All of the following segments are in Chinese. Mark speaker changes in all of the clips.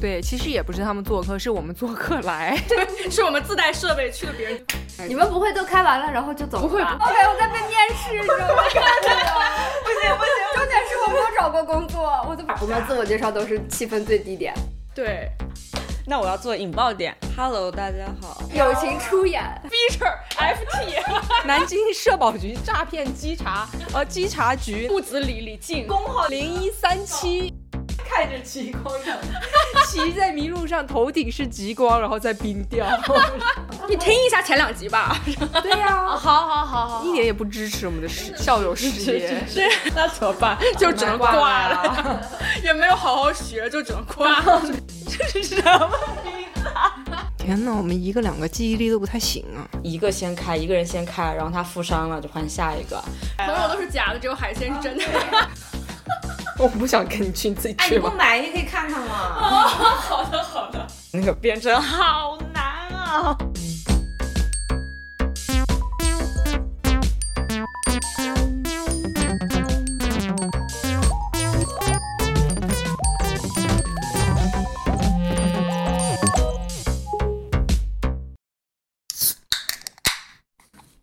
Speaker 1: 对，其实也不是他们做客，是我们做客 来。
Speaker 2: 是我们自带设备去了别人地方。
Speaker 3: 你们不会都开完了然后就走了吧？
Speaker 1: 不会不
Speaker 3: OK，我在被面试，你知道吗？ 不行不行，重点是我没有找过工作，我都我们自我介绍都是气氛最低点，
Speaker 2: 对
Speaker 4: 那我要做引爆点。Hello，大家好，
Speaker 3: 友情出演。
Speaker 2: ，feature FT
Speaker 1: 南京社保局诈骗稽查呃稽查局
Speaker 2: 木子李李静，
Speaker 4: 工号
Speaker 1: 零一三七，
Speaker 4: 看着极光的，
Speaker 1: 骑在麋鹿上，头顶是极光，然后再冰 雕，
Speaker 2: 你听一下前两集吧。
Speaker 3: 对呀、
Speaker 2: 好好好好
Speaker 1: 一点也不支持我们的事校友事业，
Speaker 4: 那怎么办？
Speaker 2: 就只能挂
Speaker 1: 挂
Speaker 2: 了，
Speaker 1: 了。
Speaker 2: 也没有好好学，就只能挂了。
Speaker 4: 这是什么？啊
Speaker 1: 天哪，我们一个两个记忆力都不太行啊！
Speaker 4: 一个先开，一个人先开，然后他负伤了就换下一个。
Speaker 2: 朋友都是假的，只有海鲜是真的。
Speaker 1: 我不想跟你去，你自己
Speaker 4: 哎，
Speaker 1: 去
Speaker 4: 你不
Speaker 1: 吧。
Speaker 4: 买也可以看看嘛。
Speaker 2: 好的好的，
Speaker 4: 那个编程好难啊！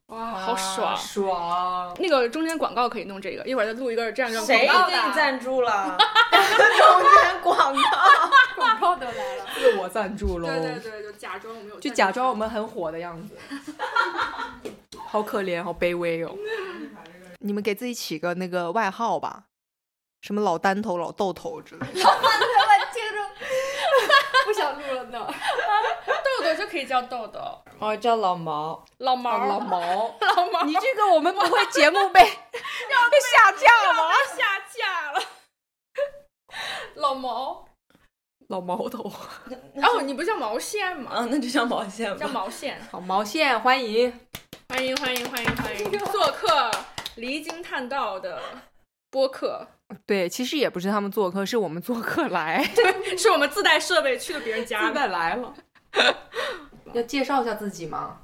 Speaker 2: 哇，好爽。
Speaker 1: 爽！
Speaker 2: 那个中间广告可以弄这个，一会儿再录一个这样这样
Speaker 4: 谁
Speaker 2: 广告
Speaker 4: 给
Speaker 2: 的
Speaker 4: 你赞助了？中间广告。
Speaker 3: 广告都来了，
Speaker 1: 自我赞助喽，
Speaker 2: 对对对，就假装我们有，
Speaker 1: 就假装我。们很火的样子。 好可怜，好卑微哦。你们给自己起个那个外号吧，什么老单头、老豆头之类的。
Speaker 3: 我听着不想录了呢。
Speaker 2: 豆豆就可以叫豆豆，
Speaker 1: 哦
Speaker 4: 我叫老毛，
Speaker 2: 老毛儿，
Speaker 1: 老毛，
Speaker 2: 老毛儿
Speaker 1: 你这个我们不会节目被被下架吗？
Speaker 2: 下架了。 老毛，
Speaker 1: 老毛头，
Speaker 2: 哦，你不叫毛线
Speaker 1: 哦
Speaker 2: 吗？
Speaker 4: 嗯，那就叫毛线
Speaker 2: 叫
Speaker 4: 吧。
Speaker 2: 毛线。
Speaker 1: 好毛线，欢迎
Speaker 2: 欢迎欢迎欢迎欢迎，做客离经叛道的播客，
Speaker 1: 对，其实也不是他们做客，是我们做客 来，
Speaker 2: 是我们自带设备去了别人家的。
Speaker 1: 来了。 要介绍一下自己吗？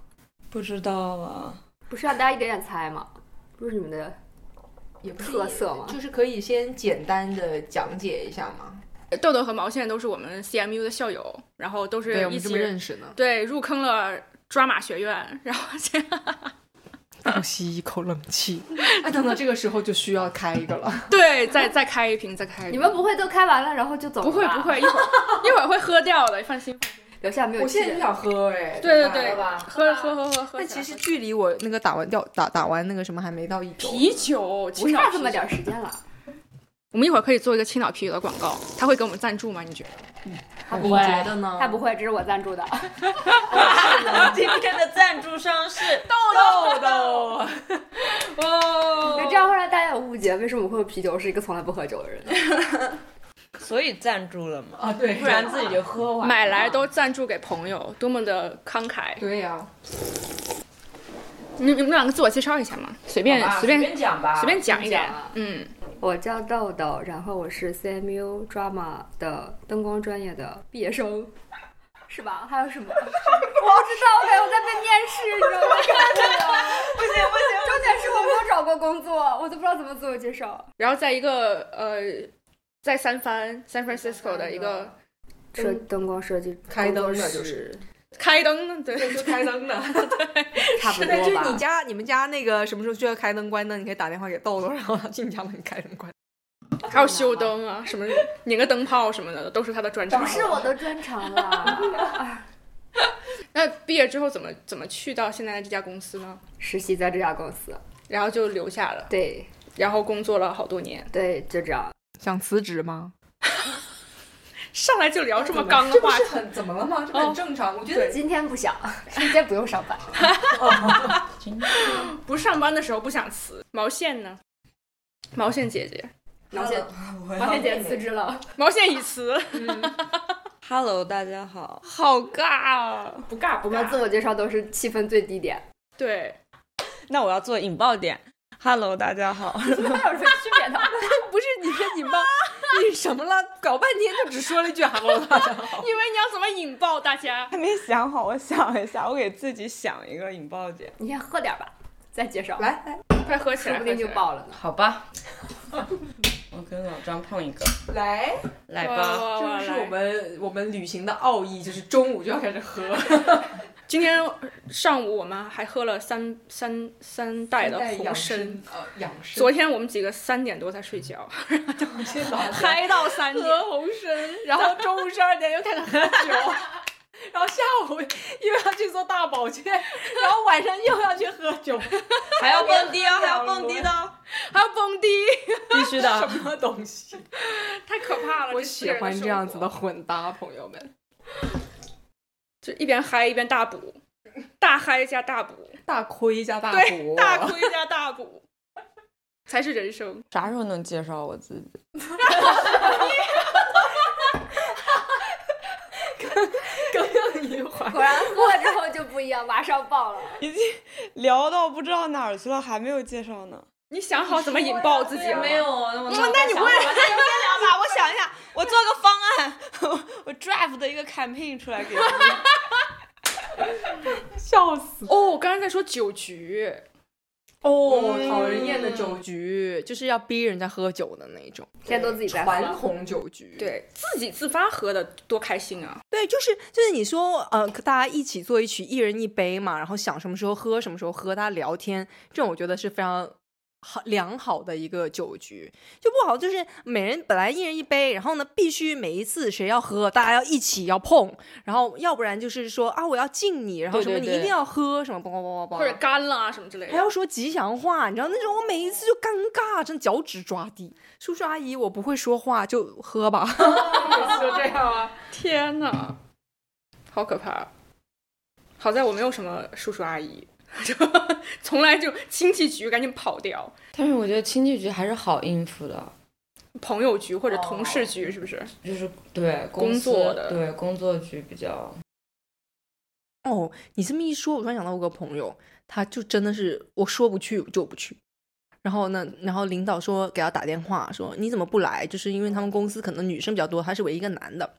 Speaker 4: 不知道啊，
Speaker 3: 不是让大家一点点猜吗？不是你们的
Speaker 1: 也不
Speaker 3: 特色吗？
Speaker 1: 就是可以先简单的讲解一下吗？
Speaker 2: 豆豆和毛线都是我们 CMU 的校友，然后都
Speaker 1: 对，
Speaker 2: 是
Speaker 1: 我
Speaker 2: 一
Speaker 1: 们这
Speaker 2: 起
Speaker 1: 么认识 呢。
Speaker 2: 对入坑了抓马学院，然后现在
Speaker 1: 倒吸一口冷气， 哎，等到这个时候就需要开一个了。
Speaker 2: 对再再开一瓶，再开一瓶。
Speaker 3: 你们不会都开完了然后就走了
Speaker 2: 不会
Speaker 3: 吧
Speaker 2: 不，会，一会儿一会儿会喝掉的，放心。
Speaker 3: 留下没 有
Speaker 1: 我
Speaker 3: 气
Speaker 1: 现在就
Speaker 3: 人。
Speaker 1: 想喝哎，
Speaker 2: 对
Speaker 1: 怎
Speaker 2: 对
Speaker 1: 么办
Speaker 2: 对，
Speaker 3: 吧
Speaker 2: 喝喝喝喝喝。
Speaker 1: 但其实距离我那个打完掉打打完那个什么还没到一周，
Speaker 2: 啤酒
Speaker 3: 不
Speaker 2: 青岛
Speaker 3: 差
Speaker 2: 啤
Speaker 3: 这
Speaker 2: 酒
Speaker 3: 么点儿 时间了，
Speaker 2: 我们一会儿可以做一个青岛啤酒的广告，他会给我们赞助吗？你觉得？
Speaker 3: 他
Speaker 1: 你觉得呢？
Speaker 3: 哎他不会，这是我赞 助的。
Speaker 4: 今天的赞助商是豆豆。
Speaker 2: 哦
Speaker 3: 那这样会让大家有误解，为什么我会有啤酒？是一个从来不喝酒的人。
Speaker 4: 所以赞助了嘛，
Speaker 1: 啊，对，
Speaker 4: 不然自己就喝完。
Speaker 2: 买来都赞助给朋友，多么的慷慨！
Speaker 1: 对呀、
Speaker 2: 你你们两个自我介绍一下嘛，随便
Speaker 4: 好吧
Speaker 2: 随便
Speaker 4: 随便讲吧
Speaker 2: 随便讲一点
Speaker 3: 讲啊。
Speaker 2: 嗯，
Speaker 3: 我叫豆豆，然后我是 CMU Drama 的灯光专业的毕业生，是吧？还有什么？ 我不知道呗，我在被面试，你知道吗？
Speaker 4: 不行不行，
Speaker 3: 重点是我没有找过工作，我都不知道怎么自我介绍。
Speaker 2: 然后在一个呃，在三藩 San Francisco 的一个
Speaker 3: 设灯光设计
Speaker 1: 开灯
Speaker 3: 工作
Speaker 1: 的
Speaker 3: 室
Speaker 1: 就是，
Speaker 2: 开灯，对，
Speaker 1: 开灯的，
Speaker 3: 差 不
Speaker 1: 对，
Speaker 3: 多
Speaker 1: 就是你
Speaker 3: 吧。
Speaker 1: 家你们家那个什么时候需要开灯关灯，你可以打电话给豆豆，然后他去你家门开灯关灯。
Speaker 2: 还有修灯啊，什么拧个灯泡啊什么的，都是他的专长。
Speaker 3: 不是我的专长了。
Speaker 2: 那毕业之后怎么怎么去到现在的这家公司呢？
Speaker 3: 实习在这家公司，
Speaker 2: 然后就留下了，
Speaker 3: 对
Speaker 2: 然后工作了好多年。
Speaker 3: 对，就这样。
Speaker 1: 想辞职吗？
Speaker 2: 上来就聊这么刚的
Speaker 1: 这不
Speaker 2: 话
Speaker 1: 是
Speaker 2: 题，
Speaker 1: 很怎么了吗？这很正常，我觉得
Speaker 3: 今天不想， 今天不用上 班。
Speaker 2: 不上班的时候不想辞。毛线呢？毛线姐姐，
Speaker 3: 毛线毛
Speaker 4: 毛
Speaker 3: 线姐辞职了，
Speaker 2: 毛线已辞，
Speaker 4: Hello，大家好，
Speaker 2: 好尬啊！
Speaker 1: 不尬不
Speaker 3: 我们自我介绍都是气氛最低点，
Speaker 2: 对，
Speaker 4: 那我要做引爆点。Hello，大家好，
Speaker 3: 那有什么区别呢？
Speaker 1: 不是你这你妈，你什么了？搞半天就只说了一句 “hello”，大家好。
Speaker 2: 因为你要怎么引爆大家？
Speaker 4: 还没想好，我想一下，我给自己想一个引爆点。
Speaker 3: 你先喝点吧，再介绍，
Speaker 1: 来来，
Speaker 2: 快喝起
Speaker 3: 说
Speaker 2: 来，
Speaker 3: 不定就
Speaker 2: 喝起来。
Speaker 3: 爆了呢。
Speaker 4: 好吧， 我跟老张碰一个，
Speaker 1: 来，
Speaker 4: 来
Speaker 2: 哇
Speaker 4: 吧。
Speaker 2: 哇
Speaker 1: 这
Speaker 2: 哇
Speaker 1: 就是
Speaker 2: 来
Speaker 1: 我们我们旅行的奥义，就是中午就要开始喝。
Speaker 2: 今天上午我们还喝了三三三袋的
Speaker 1: 在养
Speaker 2: 红参。
Speaker 1: 生，呃，养生。
Speaker 2: 昨天我们几个三点多才睡觉，
Speaker 1: 天早上
Speaker 2: 嗨到三点。
Speaker 1: 喝红参，然后中午十二点又开始喝酒，然后下午又要去做大保健，然后晚上又要去喝酒，
Speaker 4: 还要蹦迪哦，还要蹦迪的哦，
Speaker 2: 还要蹦迪，
Speaker 4: 必
Speaker 1: 什
Speaker 4: 须的。
Speaker 1: 么东西？
Speaker 2: 太可怕了！
Speaker 1: 我
Speaker 2: 这世
Speaker 1: 喜
Speaker 2: 人
Speaker 1: 欢
Speaker 2: 生
Speaker 1: 这样子
Speaker 2: 活
Speaker 1: 的，混搭，朋友们，
Speaker 2: 就一边嗨一边大补，大嗨加大补，
Speaker 1: 大亏加大
Speaker 2: 对，
Speaker 1: 补，
Speaker 2: 大亏加大补， 才是人生。
Speaker 4: 啥时候能介绍我自己？
Speaker 1: 更更一环。
Speaker 3: 果然喝了之后就不一样，马上爆了。
Speaker 4: 已经聊到不知道哪儿去了，还没有介绍呢。
Speaker 2: 你想好怎么引爆自己了吗
Speaker 4: 没有，？我
Speaker 2: 那那你问
Speaker 4: 我们先聊吧，我想一下，我做个方案， 我我 draft 的一个 campaign 出来给你。
Speaker 1: 笑死！
Speaker 2: 哦，我刚才在说酒局，
Speaker 1: 哦，讨人厌的酒局，就是要逼人家喝酒的那种
Speaker 3: 现在都自己在
Speaker 1: 传
Speaker 3: 喝，
Speaker 1: 统酒局。
Speaker 2: 对自己自发喝的多开心啊！
Speaker 1: 对，就是就是你说，呃，大家一起做一曲，一人一杯嘛，然后想什么时候喝，什么时候喝，大家聊天，这种我觉得是非常。好良好的一个酒局，就不好就是每人本来一人一杯，然后呢，必须每一次谁要喝，大家要一起要碰，然后要不然就是说啊，我要敬你，然后
Speaker 4: 对
Speaker 1: 什么
Speaker 4: 对
Speaker 1: 你
Speaker 4: 对
Speaker 1: 一定要喝什么，梆梆梆梆梆，
Speaker 2: 或者干了啊什么之类
Speaker 1: 还
Speaker 2: 的。
Speaker 1: 要说吉祥话，你知道那种我每一次就尴尬，真脚趾抓地。叔叔阿姨，我不会说话，就喝吧。
Speaker 2: 就这样啊！天哪，好可怕！好在我没有什么叔叔阿姨， 就从来就亲戚局赶紧跑掉，
Speaker 4: 但是我觉得亲戚局还是好应付的，
Speaker 2: 朋友局或者同事局是不是？
Speaker 4: 就是对
Speaker 2: 工
Speaker 4: 司
Speaker 2: 作的
Speaker 4: 对工作局比较
Speaker 1: 哦，你这么一说，我突然想到我有个朋友，他就真的是我说不去就不去。然后呢，然后领导说给他打电话说你怎么不来？就是因为他们公司可能女生比较多，他是唯一一个男的。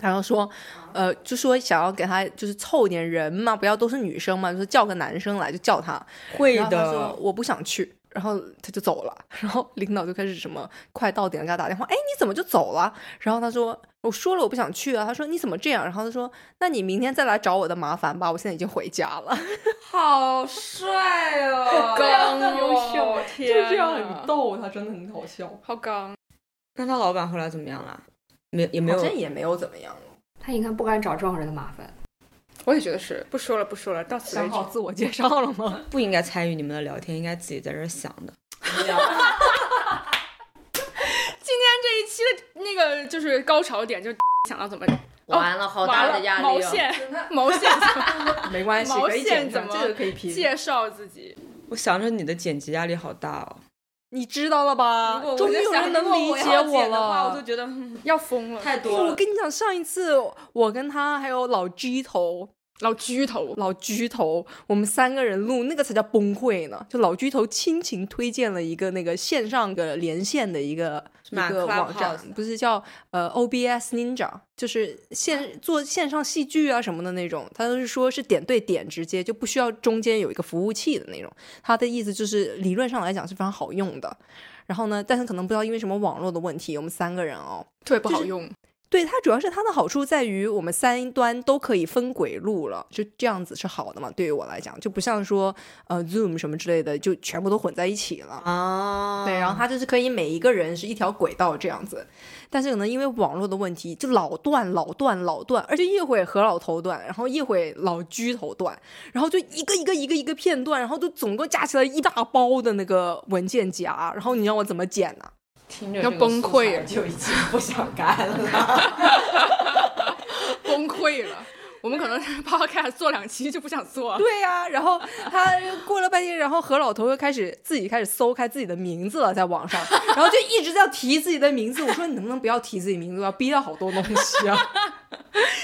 Speaker 1: 然后说，呃，就说想要给他就是凑点人嘛，不要都是女生嘛，就是叫个男生来就叫他。
Speaker 4: 会
Speaker 1: 然后他说。我不想去，然后他就走了。 然后领导就开始什么快到点了，给他打电话，哎，你怎么就走了？然后他说我说了我不想去啊。他说你怎么这样？然后他说那你明天再来找我的麻烦吧，我现在已经回家了。
Speaker 4: 好帅 哦！
Speaker 2: 刚
Speaker 3: 优秀
Speaker 2: 哦，天哪，
Speaker 1: 逗，他真的 很搞笑。
Speaker 2: 好刚。
Speaker 4: 那他老板后来怎么样了？没也没
Speaker 1: 好
Speaker 4: 有
Speaker 1: 像也没有怎么样了。
Speaker 3: 他你看不敢找这种人的麻烦。
Speaker 2: 我也觉得是，不说了，不说了，到此为
Speaker 1: 想
Speaker 2: 止
Speaker 1: 好。自我介绍了吗？
Speaker 4: 不应该参与你们的聊天，应该自己在这儿想的。
Speaker 2: 今天这一期的那个就是高潮点，就 想到怎么
Speaker 4: 完了，好
Speaker 2: 完了毛线 毛线怎么
Speaker 1: 没关系，
Speaker 2: 毛
Speaker 1: 可以
Speaker 2: 线
Speaker 1: 剪上
Speaker 2: 怎么
Speaker 1: 这个可以拼？
Speaker 2: 介绍自己？
Speaker 4: 我想着你的剪辑压力好大哦。
Speaker 1: 你知道了吧
Speaker 4: 如果？我
Speaker 1: 终于
Speaker 4: 在
Speaker 1: 有
Speaker 4: 想
Speaker 1: 人能
Speaker 4: 如果
Speaker 1: 理
Speaker 4: 我
Speaker 1: 解
Speaker 4: 要剪的话
Speaker 1: 了。
Speaker 4: 我都觉得嗯
Speaker 2: 要疯了，
Speaker 4: 太多
Speaker 1: 我
Speaker 4: 了。
Speaker 1: 跟你讲，上一次我跟他还有老 G 头，
Speaker 2: 老狙头，
Speaker 1: 老居头，我们三个人录那个才叫崩溃呢。就老居头亲情推荐了一个那个线上的连线的一个
Speaker 4: 什
Speaker 1: 一
Speaker 4: 么啊
Speaker 1: 个网站
Speaker 4: Clubhouse，
Speaker 1: 不是叫呃 OBS Ninja，就是线做线上戏剧啊什么的那种。他就是说是点对点直接，就不需要中间有一个服务器的那种。他的意思就是理论上来讲是非常好用的。然后呢，但是可能不知道因为什么网络的问题，我们三个人哦，
Speaker 2: 特别不好 用。
Speaker 1: 对它主要是它的好处在于我们三端都可以分轨录了，就这样子是好的嘛？对于我来讲，就不像说呃 Zoom 什么之类的，就全部都混在一起了。
Speaker 4: 啊，
Speaker 1: 对，然后它就是可以每一个人是一条轨道这样子，但是可能因为网络的问题，就老断老断老断，而且一会何老头断，然后一会老居头断，然后就一个一个一个一个片段，然后就总共加起来一大包的那个文件夹，然后你让我怎么剪呢、
Speaker 4: 听着
Speaker 2: 要崩溃了
Speaker 4: 就已经不想干 了。
Speaker 2: 崩溃了。我们可能 podcast 做两期就不想做，
Speaker 1: 对呀、然后他过了半天，然后何老头又开始自己开始搜开自己的名字了，在网上，然后就一直在提自己的名字。我说你能不能不要提自己名字，我要逼掉好多东西 啊！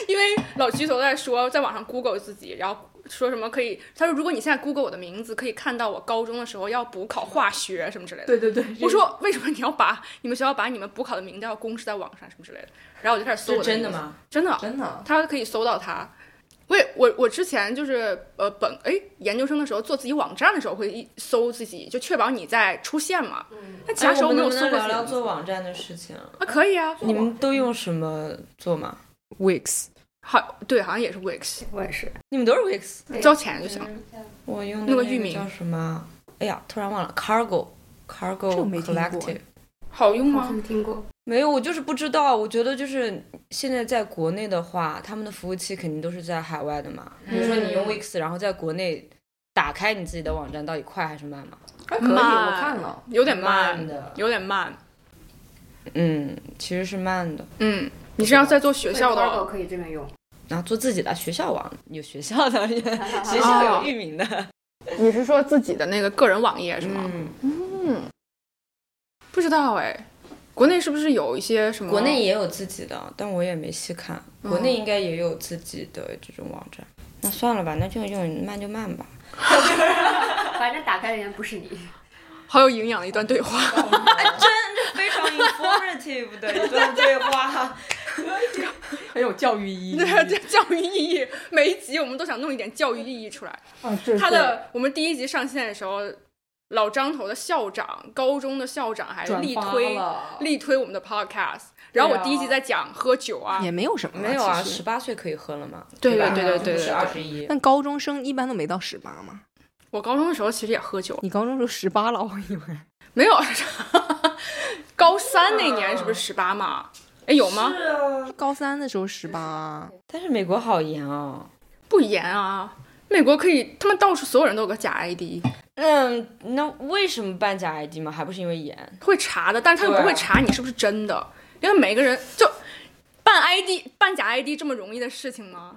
Speaker 2: 因为老狙头在说，在网上 Google 自己，然后说什么可以，他说如果你现在 Google 我的名字，可以看到我高中的时候要补考化学什么之类的。
Speaker 1: 对对 对，
Speaker 2: 我说为什么你要把你们学校把你们补考的名单要公示在网上什么之类的？然后我就开始搜我
Speaker 4: 是真
Speaker 2: 的
Speaker 4: 的
Speaker 2: 名字？
Speaker 4: 吗？
Speaker 2: 真的，
Speaker 1: 真的
Speaker 2: 他可以搜到他。我也我我之前就是呃本哎研究生的时候做自己网站的时候会一搜自己，就确保你在出现嘛。但其他时候没有
Speaker 4: 哎我们
Speaker 2: 搜
Speaker 4: 能不
Speaker 2: 过
Speaker 4: 能聊
Speaker 2: 自己
Speaker 4: 聊
Speaker 2: 的
Speaker 4: 做网站的事情啊？
Speaker 2: 啊，可以啊。
Speaker 4: 你们都用什么做吗？
Speaker 1: Wix，
Speaker 2: 好对，好像也是 Wix，
Speaker 3: 我也是，
Speaker 4: 你们都是 Wix？
Speaker 2: 交钱就行
Speaker 4: 嗯
Speaker 2: 了。
Speaker 4: 我用的
Speaker 2: 那个
Speaker 4: 个
Speaker 2: 域名
Speaker 4: 叫什么？哎呀，突然忘了，Cargo。Cargo
Speaker 1: 这我没听过
Speaker 4: Collective
Speaker 2: 好用
Speaker 3: 好
Speaker 2: 吗？
Speaker 3: 像听过。
Speaker 4: 没有，我就是不知道。我觉得就是现在在国内的话，他们的服务器肯定都是在海外的嘛。
Speaker 2: 嗯
Speaker 4: 比如说你用 Wix，然后在国内打开你自己的网站，到底快还是慢嘛？
Speaker 1: 还可以，
Speaker 2: 慢
Speaker 1: 我看了。
Speaker 2: 有点慢，
Speaker 4: 的，
Speaker 2: 有点慢。
Speaker 4: 嗯，其实是慢的。
Speaker 2: 嗯，你是要在做学
Speaker 3: 学
Speaker 2: 校的
Speaker 3: 狗
Speaker 2: 哦
Speaker 3: 可以这么用，
Speaker 4: 然后做自己的学校网，有学校的， 学校
Speaker 2: 哦
Speaker 4: 有域名的。
Speaker 2: 你是说自己的那个个人网页是吗？
Speaker 4: 嗯，
Speaker 2: 不知道哎，国内是不是有一些什么？
Speaker 4: 国内也有自己的，但我也没细看。国内应该也有自己的这种网站。那算了吧，那就用慢就慢吧。
Speaker 3: 反正打开的人不是你。
Speaker 2: 好有营养的一段对话。
Speaker 4: 非常 informative 的一段对话。
Speaker 1: 很有教育意义
Speaker 2: 对，这教育意义，每一集我们都想弄一点教育意义出来。
Speaker 1: 啊，这
Speaker 2: 他的我们第一集上线的时候，老张头的校长，高中的校长还
Speaker 1: 转
Speaker 2: 力
Speaker 1: 发
Speaker 2: 推
Speaker 1: 了
Speaker 2: 力推我们的 podcast。然后我第一集在讲喝酒啊，
Speaker 1: 也没有什么，
Speaker 4: 没有啊，
Speaker 1: 其实
Speaker 4: 十八岁可以喝了嘛？
Speaker 2: 对
Speaker 4: 吧
Speaker 2: 对对对对对
Speaker 4: 是二十一。
Speaker 1: 但高中生一般都没到十八嘛。
Speaker 2: 我高中的时候其实也喝酒，
Speaker 1: 你高中时候十八了，我以为
Speaker 2: 没有。 高三那年是不是十八嘛？哎，有吗？
Speaker 1: 高三的时候十八，啊
Speaker 4: 但是美国好严哦。
Speaker 2: 不严啊，美国可以，他们到处所有人都有个假 ID，
Speaker 4: 嗯，那为什么办假 ID 嘛？还不是因为严？
Speaker 2: 会查的，但是他又不
Speaker 4: 对啊
Speaker 2: 会查你是不是真的，因为每个人就办 ID 办假 ID 这么容易的事情吗？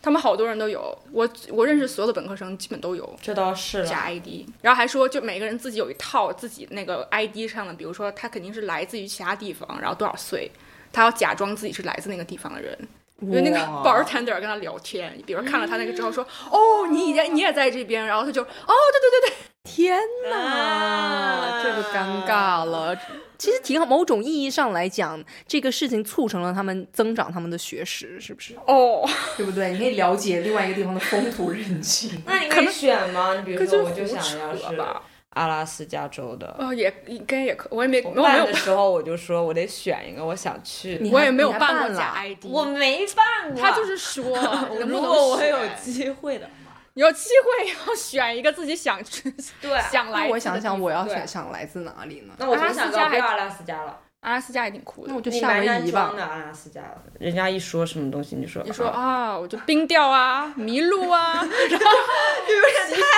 Speaker 2: 他们好多人都有，我我认识所有的本科生基本都有
Speaker 4: 这倒是啊
Speaker 2: 假
Speaker 4: 了。
Speaker 2: ID，然后还说就每个人自己有一套自己那个 ID 上的，比如说他肯定是来自于其他地方，然后多少岁，他要假装自己是来自那个地方的人，因为那个
Speaker 1: 哇
Speaker 2: bartender 跟他聊天，比如看了他那个之后说，
Speaker 4: 嗯
Speaker 2: 哦，你也你也在这边，然后他就，哦，对对对对，
Speaker 1: 天哪，
Speaker 4: 啊
Speaker 1: 这就尴尬了。其实挺好，某种意义上来讲，这个事情促成了他们增长他们的学识，是不是？
Speaker 2: 哦，
Speaker 1: 对不对？你可以了解另外一个地方的风土人 情。
Speaker 4: 那你可以选吗？你比
Speaker 2: 可
Speaker 4: 如
Speaker 2: 就是
Speaker 4: 说，我
Speaker 2: 胡
Speaker 4: 就想要
Speaker 2: 扯
Speaker 4: 是
Speaker 2: 吧，
Speaker 4: 阿拉斯加州的。
Speaker 2: 哦，也应该也可，我也没，我没
Speaker 4: 办的
Speaker 2: 有，
Speaker 4: 时候我就说，我得选一个我想去。
Speaker 1: 你
Speaker 2: 我
Speaker 1: 还
Speaker 2: 也没有
Speaker 1: 你还
Speaker 2: 办过
Speaker 1: 办
Speaker 2: 假
Speaker 1: 了
Speaker 2: ID，
Speaker 4: 我没办过。
Speaker 1: 啊
Speaker 2: 他就 是说，能不
Speaker 4: 哦如
Speaker 2: 能
Speaker 4: 果我
Speaker 2: 选
Speaker 4: 有机会的，
Speaker 2: 有机会要选一个自己想去
Speaker 4: 对
Speaker 2: 想来，
Speaker 1: 啊那我想想，我要
Speaker 2: 选
Speaker 1: 选想来自哪里呢？
Speaker 4: 那我
Speaker 2: 阿拉
Speaker 4: 就
Speaker 2: 斯
Speaker 4: 想
Speaker 2: 加
Speaker 4: 到不
Speaker 2: 还
Speaker 4: 要阿拉斯加了，
Speaker 2: 阿拉斯加也挺酷的
Speaker 1: 那我。就
Speaker 4: 你
Speaker 1: 夏
Speaker 4: 蛮
Speaker 1: 威
Speaker 4: 山
Speaker 1: 夷
Speaker 4: 庄
Speaker 1: 吧。
Speaker 4: 的阿拉斯加了。人家一说什么东西，你说
Speaker 2: 你说
Speaker 4: 啊
Speaker 2: 啊，我就冰钓啊，迷路 啊，然后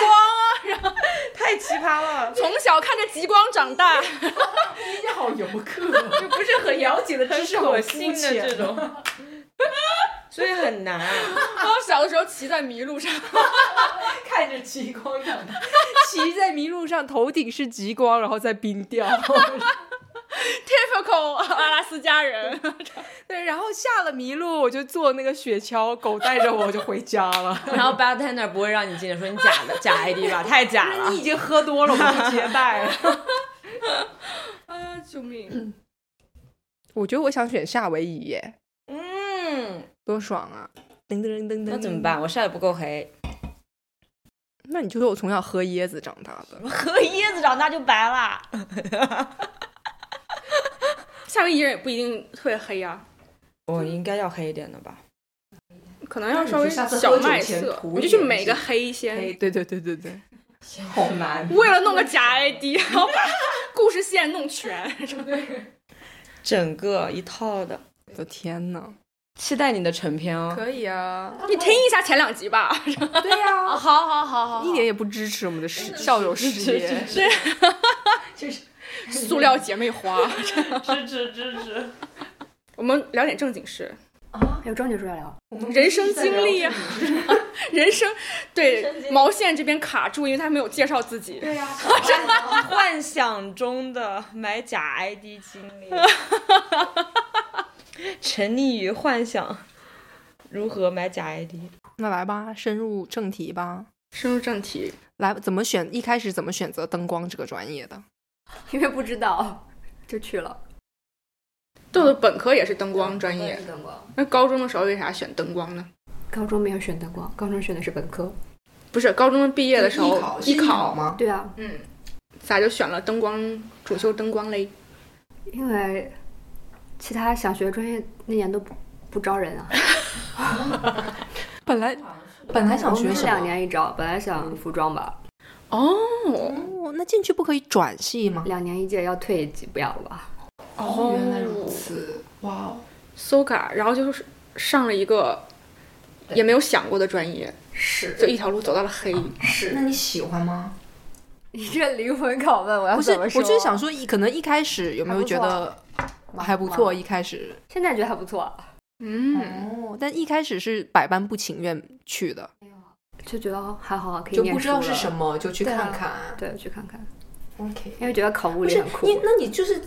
Speaker 4: 啊太奇葩了，
Speaker 2: 从小看着极光长 大，
Speaker 1: 好游客，
Speaker 4: 就不是很了解的知识，
Speaker 1: 好
Speaker 4: 我
Speaker 1: 肤
Speaker 4: 新的
Speaker 1: 浅
Speaker 4: 这种， 所以很难。啊
Speaker 2: 然后小的时候骑在麋鹿上，
Speaker 4: 看着极光长 大，
Speaker 1: 骑在麋鹿上，头顶是极光，然后再冰雕。
Speaker 2: typical 阿拉斯加 人。
Speaker 1: 对，然后下了麋鹿，我就坐那个雪橇，狗带着我就回家 了。
Speaker 4: 然后 bartender 不会让你进来，说你假的假 ID 吧，太假了。
Speaker 1: 已经喝多了，我不接待。
Speaker 2: 啊，救命！
Speaker 1: 我觉得我想选夏威夷耶，
Speaker 4: 嗯，
Speaker 1: 多爽啊！噔噔噔噔噔，
Speaker 4: 那怎么？办？我晒得不够黑，
Speaker 1: 那你就说我从小喝椰子长大的，
Speaker 4: 喝椰子长大就白了。
Speaker 2: 夏威夷人也不一定特别黑啊，
Speaker 4: 我应该要黑一点的 吧？
Speaker 2: 可能要
Speaker 1: 你
Speaker 2: 稍
Speaker 1: 就
Speaker 2: 微
Speaker 1: 下次
Speaker 2: 小
Speaker 1: 喝酒
Speaker 2: 麦
Speaker 1: 前
Speaker 2: 色，
Speaker 1: 涂
Speaker 2: 我就
Speaker 1: 一
Speaker 2: 去
Speaker 1: 点
Speaker 2: 每
Speaker 1: 是
Speaker 2: 个黑一些。
Speaker 1: 哎对对对对对，
Speaker 4: 好难，
Speaker 2: 为了弄个假 ID，然后把 故事线弄全。
Speaker 4: 整个一套的，
Speaker 1: 我的天呐，
Speaker 4: 期待你的成片哦。
Speaker 1: 可以啊，
Speaker 2: 你听一下前两集吧，
Speaker 1: 对呀、
Speaker 4: 好好好好
Speaker 1: 一点也不支持我们的事校友事业，
Speaker 2: 塑料姐妹 花。
Speaker 4: 支持支持。
Speaker 2: 我们聊点正经事，
Speaker 3: 还有正经说要聊，
Speaker 2: 人生经历啊， 人生
Speaker 4: 人生
Speaker 2: 对
Speaker 4: 经历
Speaker 2: 毛线这边卡住，因为他没有介绍自己。
Speaker 3: 对呀，
Speaker 4: 幻想中的买假 ID 经历， 沉溺于幻想如何买假 ID。
Speaker 1: 那来吧，深入正题吧。
Speaker 2: 深入正题，
Speaker 1: 来，怎么选？一开始怎么选择灯光这个专业的？
Speaker 3: 因为不知道就去了。
Speaker 2: 豆豆本科也是灯光专业，
Speaker 3: 灯光，
Speaker 2: 那高中的时候为啥选灯光呢？
Speaker 3: 高中没有选灯光，高中选的是本科。
Speaker 2: 不是高中毕业的时候
Speaker 1: 艺考是
Speaker 2: 艺
Speaker 1: 艺考吗？
Speaker 3: 对啊，
Speaker 2: 嗯，咋就选了灯光主修灯光类？
Speaker 3: 因为其他想学专业那年都不不招人啊。
Speaker 1: 本来本来想
Speaker 3: 我
Speaker 1: 学
Speaker 3: 们是
Speaker 1: 什
Speaker 3: 两
Speaker 1: 么？
Speaker 3: 年一招，本来想服装吧，
Speaker 2: 哦
Speaker 1: 哦，那进去不可以转系吗？
Speaker 3: 两年一届要退一级，不要了吧？
Speaker 2: 哦
Speaker 1: 此，哇哦！
Speaker 2: 搜嘎，然后就是上了一个也没有想过的专业，
Speaker 1: 是
Speaker 2: 就一条路走到了黑。
Speaker 1: 是，那你喜欢吗？
Speaker 3: 你这灵魂拷问，我要
Speaker 1: 不是，
Speaker 3: 啊怎
Speaker 1: 我
Speaker 3: 么说？
Speaker 1: 就是想说，可能一开始有没有觉得还不错？
Speaker 3: 蛮，
Speaker 1: 一开始
Speaker 3: 现在觉得还不错，
Speaker 2: 嗯，
Speaker 1: 哦，但一开始是百般不情愿去的，
Speaker 3: 就觉得还好，可以
Speaker 1: 就
Speaker 3: 念
Speaker 1: 不知道
Speaker 3: 书
Speaker 1: 是
Speaker 3: 了
Speaker 1: 什。么，就去
Speaker 3: 对啊
Speaker 1: 看看。
Speaker 3: 对，去看看，
Speaker 1: OK，
Speaker 3: 因为觉得考物
Speaker 1: 不
Speaker 3: 理
Speaker 1: 是
Speaker 3: 很
Speaker 1: 你
Speaker 3: 酷，，啊
Speaker 1: 那你就是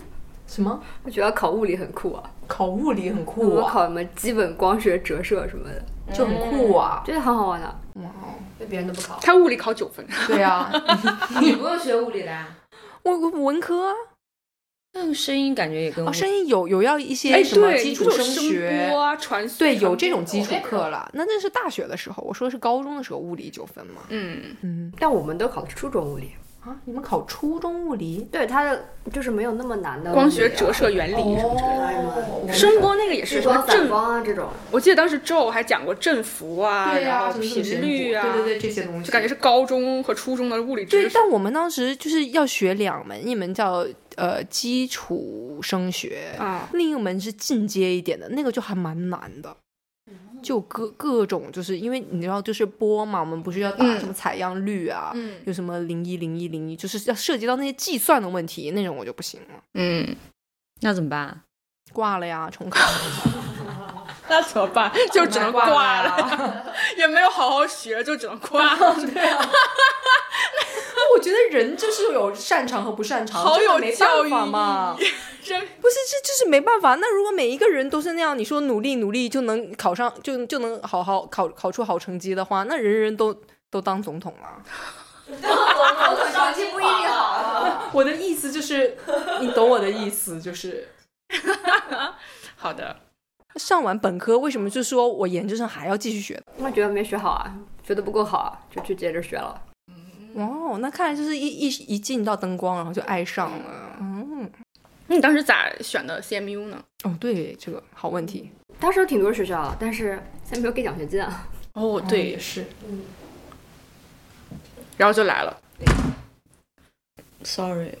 Speaker 1: 什么
Speaker 3: 我觉得考物理很酷啊。
Speaker 1: 考物理很
Speaker 3: 我
Speaker 1: 酷
Speaker 3: 们
Speaker 1: 啊，
Speaker 3: 考什么基本光学折射什么的，
Speaker 1: 就很酷啊。
Speaker 3: 觉得很好玩的。
Speaker 1: 哇哦，
Speaker 4: 那别人都不考，
Speaker 2: 他物理考九分，
Speaker 1: 对 啊，
Speaker 4: 你不是学物理的啊？
Speaker 1: 我我文科啊，
Speaker 4: 那个声音感觉也跟
Speaker 1: 哦，
Speaker 4: 我
Speaker 1: 声音有有要一些
Speaker 2: 哎，
Speaker 1: 什么
Speaker 2: 对，
Speaker 1: 基
Speaker 2: 你
Speaker 1: 础
Speaker 2: 不是有
Speaker 1: 学
Speaker 2: 声波。啊、传
Speaker 1: 对，有这种基础课啦。那那是大学的时候，我说是高中的时候，物理九分嘛。
Speaker 2: 嗯，
Speaker 1: 嗯
Speaker 3: 但我们都考的是初中物理，
Speaker 1: 啊，你们考初中物理？
Speaker 3: 对它的就是没有那么难的
Speaker 2: 嗯光
Speaker 3: 物理
Speaker 2: 学
Speaker 3: 啊
Speaker 2: 折射原理什么之类的。
Speaker 1: 哦，
Speaker 2: 声波那个也是
Speaker 3: 日
Speaker 2: 什么
Speaker 3: 光散
Speaker 2: 振，
Speaker 3: 光啊这种，
Speaker 2: 我记得当时 Joe 还讲过振幅啊，
Speaker 1: 对
Speaker 2: 然
Speaker 1: 呀，
Speaker 2: 后频率啊，
Speaker 1: 对对对，这些东西
Speaker 2: 就感觉是高中和初中的物理
Speaker 1: 对
Speaker 2: 知，识。
Speaker 1: 但我们当时就是要学两门，一门叫呃基础声学，
Speaker 2: 啊，
Speaker 1: 另一门是进阶一点的，那个就还蛮难的。就各各种，就是因为你知道，就是波嘛，我们不是要打
Speaker 2: 嗯
Speaker 1: 什么采样率啊，
Speaker 2: 嗯
Speaker 1: 有什么零一零一零一，就是要涉及到那些计算的问题，那种我就不行了，
Speaker 2: 嗯，
Speaker 4: 那怎么办？啊
Speaker 1: 挂了呀，重考。
Speaker 2: 那怎么办？ 就只能挂了， 也没有好好学，就只能挂了。
Speaker 1: 我觉得人就是有擅长和不擅长，
Speaker 2: 好
Speaker 1: 这个
Speaker 2: 有
Speaker 1: 没
Speaker 2: 教
Speaker 1: 办
Speaker 2: 育
Speaker 1: 法嘛
Speaker 2: 意。义，真
Speaker 1: 不是，这就是没办法。那如果每一个人都是那样，你说努力努力就能考上，就就能好好考考出好成绩的话，那人人都都当总统了。
Speaker 3: 成绩不一定好。啊
Speaker 1: 我的意思就是，你懂我的意思，就是
Speaker 2: 好的。
Speaker 1: 上完本科，为什么就说我研究生还要继续学？
Speaker 3: 我觉得没学好啊，学的不够好啊，就去接着学了。
Speaker 1: 哦，那看来就是一一一进到灯光，然后就爱上了。嗯，
Speaker 2: 那你当时咋选的 CMU 呢？
Speaker 1: 哦，对，这个好问题。
Speaker 3: 当时有挺多学校，啊但是现在没有给奖学金啊。
Speaker 2: 哦，
Speaker 1: 哦
Speaker 2: 对
Speaker 1: 也，是。
Speaker 2: 然后就来了，
Speaker 4: Sorry，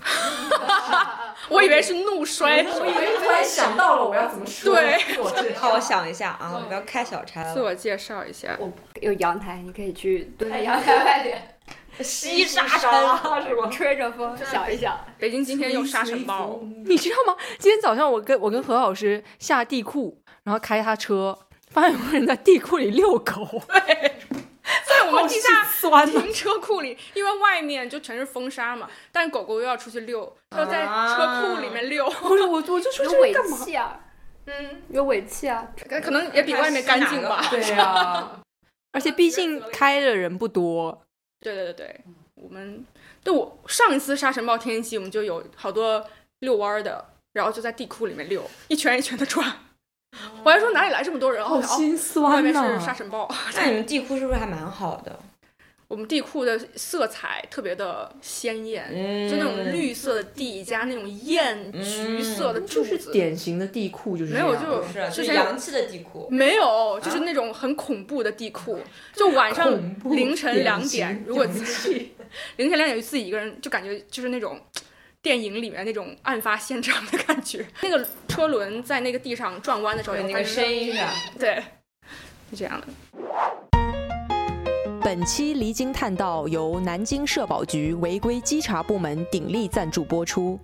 Speaker 2: 我以为是怒摔，
Speaker 1: 为突然想到了我要怎么说
Speaker 2: 对
Speaker 1: 我这
Speaker 4: 好，我想一下啊，我不要开小差
Speaker 2: 自
Speaker 4: 了。
Speaker 2: 我介绍一下，
Speaker 3: 有阳台，你可以去蹲在哎阳台外面
Speaker 4: 西沙
Speaker 3: 是吗？吹着风想一想，
Speaker 2: 北京今天又沙尘暴，
Speaker 1: 你知道吗？今天早上我跟我跟何老师下地库，然后开他车，发现有个人在地库里遛狗，
Speaker 2: 在我们地下
Speaker 1: 酸
Speaker 2: 停车库里，因为外面就全是风沙嘛，但狗狗又要出去溜，就在
Speaker 1: 啊
Speaker 2: 车库里 面溜，
Speaker 1: 不是 我，我就说
Speaker 3: 有
Speaker 1: 这是
Speaker 3: 尾
Speaker 1: 干嘛？
Speaker 3: 气啊，
Speaker 2: 嗯，
Speaker 3: 有尾气啊。
Speaker 2: 可能也比外面干净吧。
Speaker 1: 对呀、而且毕竟开的人不多，
Speaker 2: 对对对对，我们对我上一次沙尘暴天气，我们就有好多遛弯儿的，然后就在地库里面溜，一圈一圈的转。我还说哪里来这么多人？
Speaker 1: 哦好
Speaker 2: 哦，
Speaker 1: 心
Speaker 2: 哦外
Speaker 1: 酸
Speaker 2: 面
Speaker 1: 呐、
Speaker 2: 是沙尘暴。
Speaker 4: 那你们地库是不是还蛮好的？
Speaker 2: 我们地库的色彩特别的鲜艳，
Speaker 4: 嗯
Speaker 2: 就那种，绿色的地加那种艳橘色的柱
Speaker 1: 嗯就是
Speaker 2: 子，
Speaker 1: 典型的地库，就是
Speaker 2: 没有
Speaker 1: 这样
Speaker 2: 就
Speaker 4: 不是啊，
Speaker 2: 之
Speaker 4: 就是
Speaker 2: 前有
Speaker 4: 洋气的地库。
Speaker 2: 没有，就是那种很恐怖的地库，
Speaker 4: 啊
Speaker 2: 就晚上
Speaker 1: 恐怖
Speaker 2: 凌晨
Speaker 1: 典
Speaker 2: 两
Speaker 1: 型
Speaker 2: 点，如果自己凌晨两点自己一个人，就感觉就是那种电影里面那种案发现场的感觉。那个车轮在那个地上转弯的时候，
Speaker 4: 对，那
Speaker 2: 发
Speaker 4: 个
Speaker 2: 现
Speaker 4: 声音啊，
Speaker 2: 对，是这样的。
Speaker 5: 本期《离经探道》由南京社保局违规稽查部门鼎力赞助播出。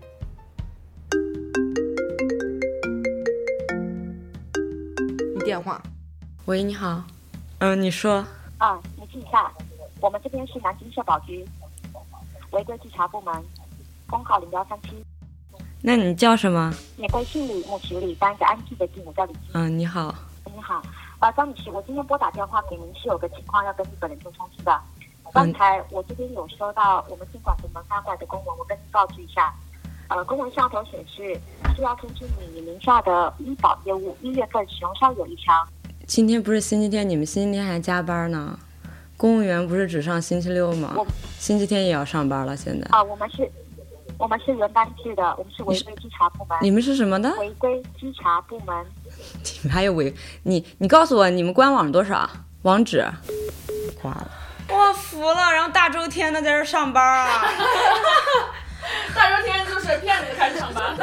Speaker 1: 你电话，
Speaker 4: 喂，你好，嗯，你说，
Speaker 6: 啊，你记一下，我们这边是南京社保局违规稽查部门，工号零幺三七，
Speaker 4: 那你叫什么？
Speaker 6: 免费姓李木齐李单一个安静的字母叫李吉。
Speaker 4: 嗯，你好，
Speaker 6: 你好，啊，张女士，我今天拨打电话给您是有个情况要跟你本人做通知的。刚才我这边有收到我们监管部门发过来的公文，我跟您告知一下。呃，公文上头显示是要通知你，你名下的医保业务一月份使用上有异常，
Speaker 4: 今天不是星期天，你们星期天还加班呢？公务员不是只上星期六吗
Speaker 6: 我？
Speaker 4: 星期天也要上班了，现在。
Speaker 6: 啊，我们是，我们是轮班制的，我们是违规稽查部门，
Speaker 4: 你们是什么的？
Speaker 6: 违规稽查部门。
Speaker 4: 你们还有违？你你告诉我，你们官网是多少网址？挂了。我服了，然后大周天的在这上班啊！
Speaker 2: 大热天就是骗子开始上 班。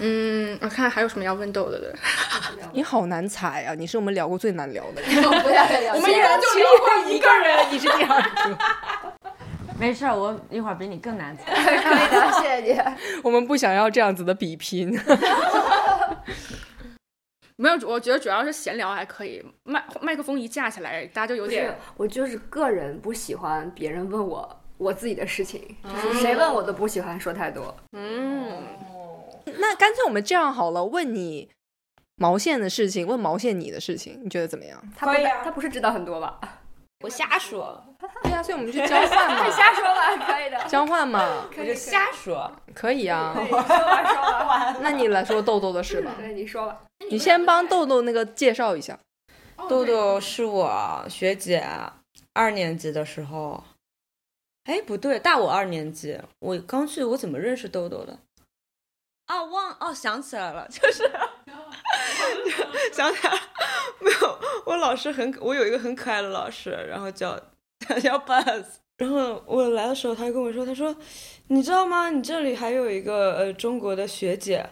Speaker 2: 嗯，我看还有什么要问豆豆的。
Speaker 1: 你好难踩啊！你是我们聊过最难聊的。
Speaker 3: 不要再聊
Speaker 2: 我们一共就聊过一个人，你是第二个。
Speaker 7: 没事儿，我一会儿比你更难猜。
Speaker 3: 可以的，谢 谢你。
Speaker 1: 我们不想要这样子的比拼。
Speaker 2: 没有，我觉得主要是闲聊还可以，麦麦克风一架起来，大家就有
Speaker 3: 不是
Speaker 2: 点，
Speaker 3: 我就是个人不喜欢别人问我我自己的事情，就是谁问我都不喜欢说太多。
Speaker 2: 嗯，
Speaker 1: 那干脆我们这样好了，问你毛线的事情，问毛线你的事情，你觉得怎么样？
Speaker 3: 他不、他不是知道很多 吧？
Speaker 4: 我瞎说，
Speaker 1: 对呀、所以我们去交换 嘛，
Speaker 3: 说吧，可 以的。
Speaker 1: 交换嘛，
Speaker 3: 可
Speaker 4: 我就瞎说。
Speaker 1: 可以 啊。
Speaker 3: 说吧，说 吧，
Speaker 1: 那你来说豆豆的事吧，
Speaker 3: 对，你说吧。
Speaker 1: 你先帮豆豆那个介绍一下。
Speaker 4: 豆豆是我学姐，二年级的时候，哎，不对，大我二年级。我刚去，我怎么认识豆豆的？哦，忘哦，想起来了，就是想起来了，没有，我老师很，我有一个很可爱的老师，然后叫 叫 Buzz。然后我来的时候，他就跟我说，他说，你知道吗？你这里还有一个呃中国的学姐，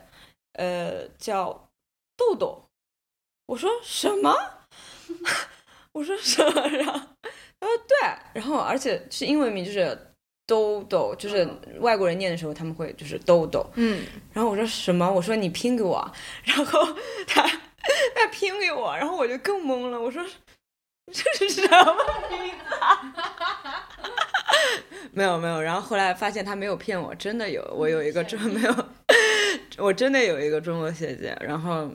Speaker 4: 呃叫豆豆。我说什么？我说什么？然后他说对，然后而且是英文名，就是豆豆，就是外国人念的时候他们会就是豆豆。
Speaker 2: 嗯，
Speaker 4: 然后我说什么？我说你拼给我，然后他他拼给我，然后我就更懵了，我说这是什么名字啊？ 没有没有，然后后来发现他没有骗我，真的有，我有一个中 没有，我真的有一个中国学姐，然后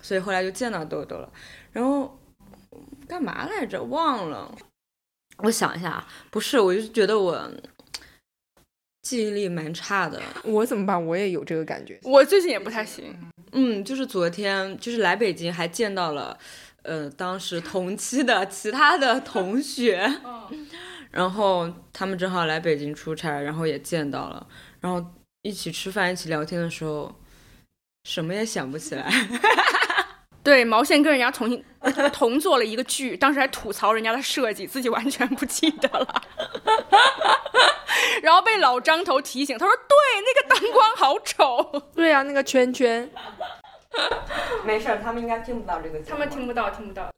Speaker 4: 所以后来就见到豆豆了，然后干嘛来着？忘了，我想一下啊，不是，我就觉得我记忆力蛮差的，
Speaker 1: 我怎么办？我也有这个感觉。
Speaker 2: 我最近也不太行，
Speaker 4: 嗯，就是昨天，就是来北京还见到了，呃，当时同期的其他的同学，
Speaker 2: 嗯
Speaker 4: 然后他们正好来北京出差，然后也见到了，然后一起吃饭、一起聊天的时候，什么也想不起来。
Speaker 2: 对毛线跟人家重新同做了一个剧，当时还吐槽人家的设计，自己完全不记得了。 然后被老张头提醒，他说：“对，那个灯光好丑。
Speaker 1: 对呀、那个圈圈，
Speaker 4: 没事，他们应该听不到这个”
Speaker 2: 他们听不到，听不到。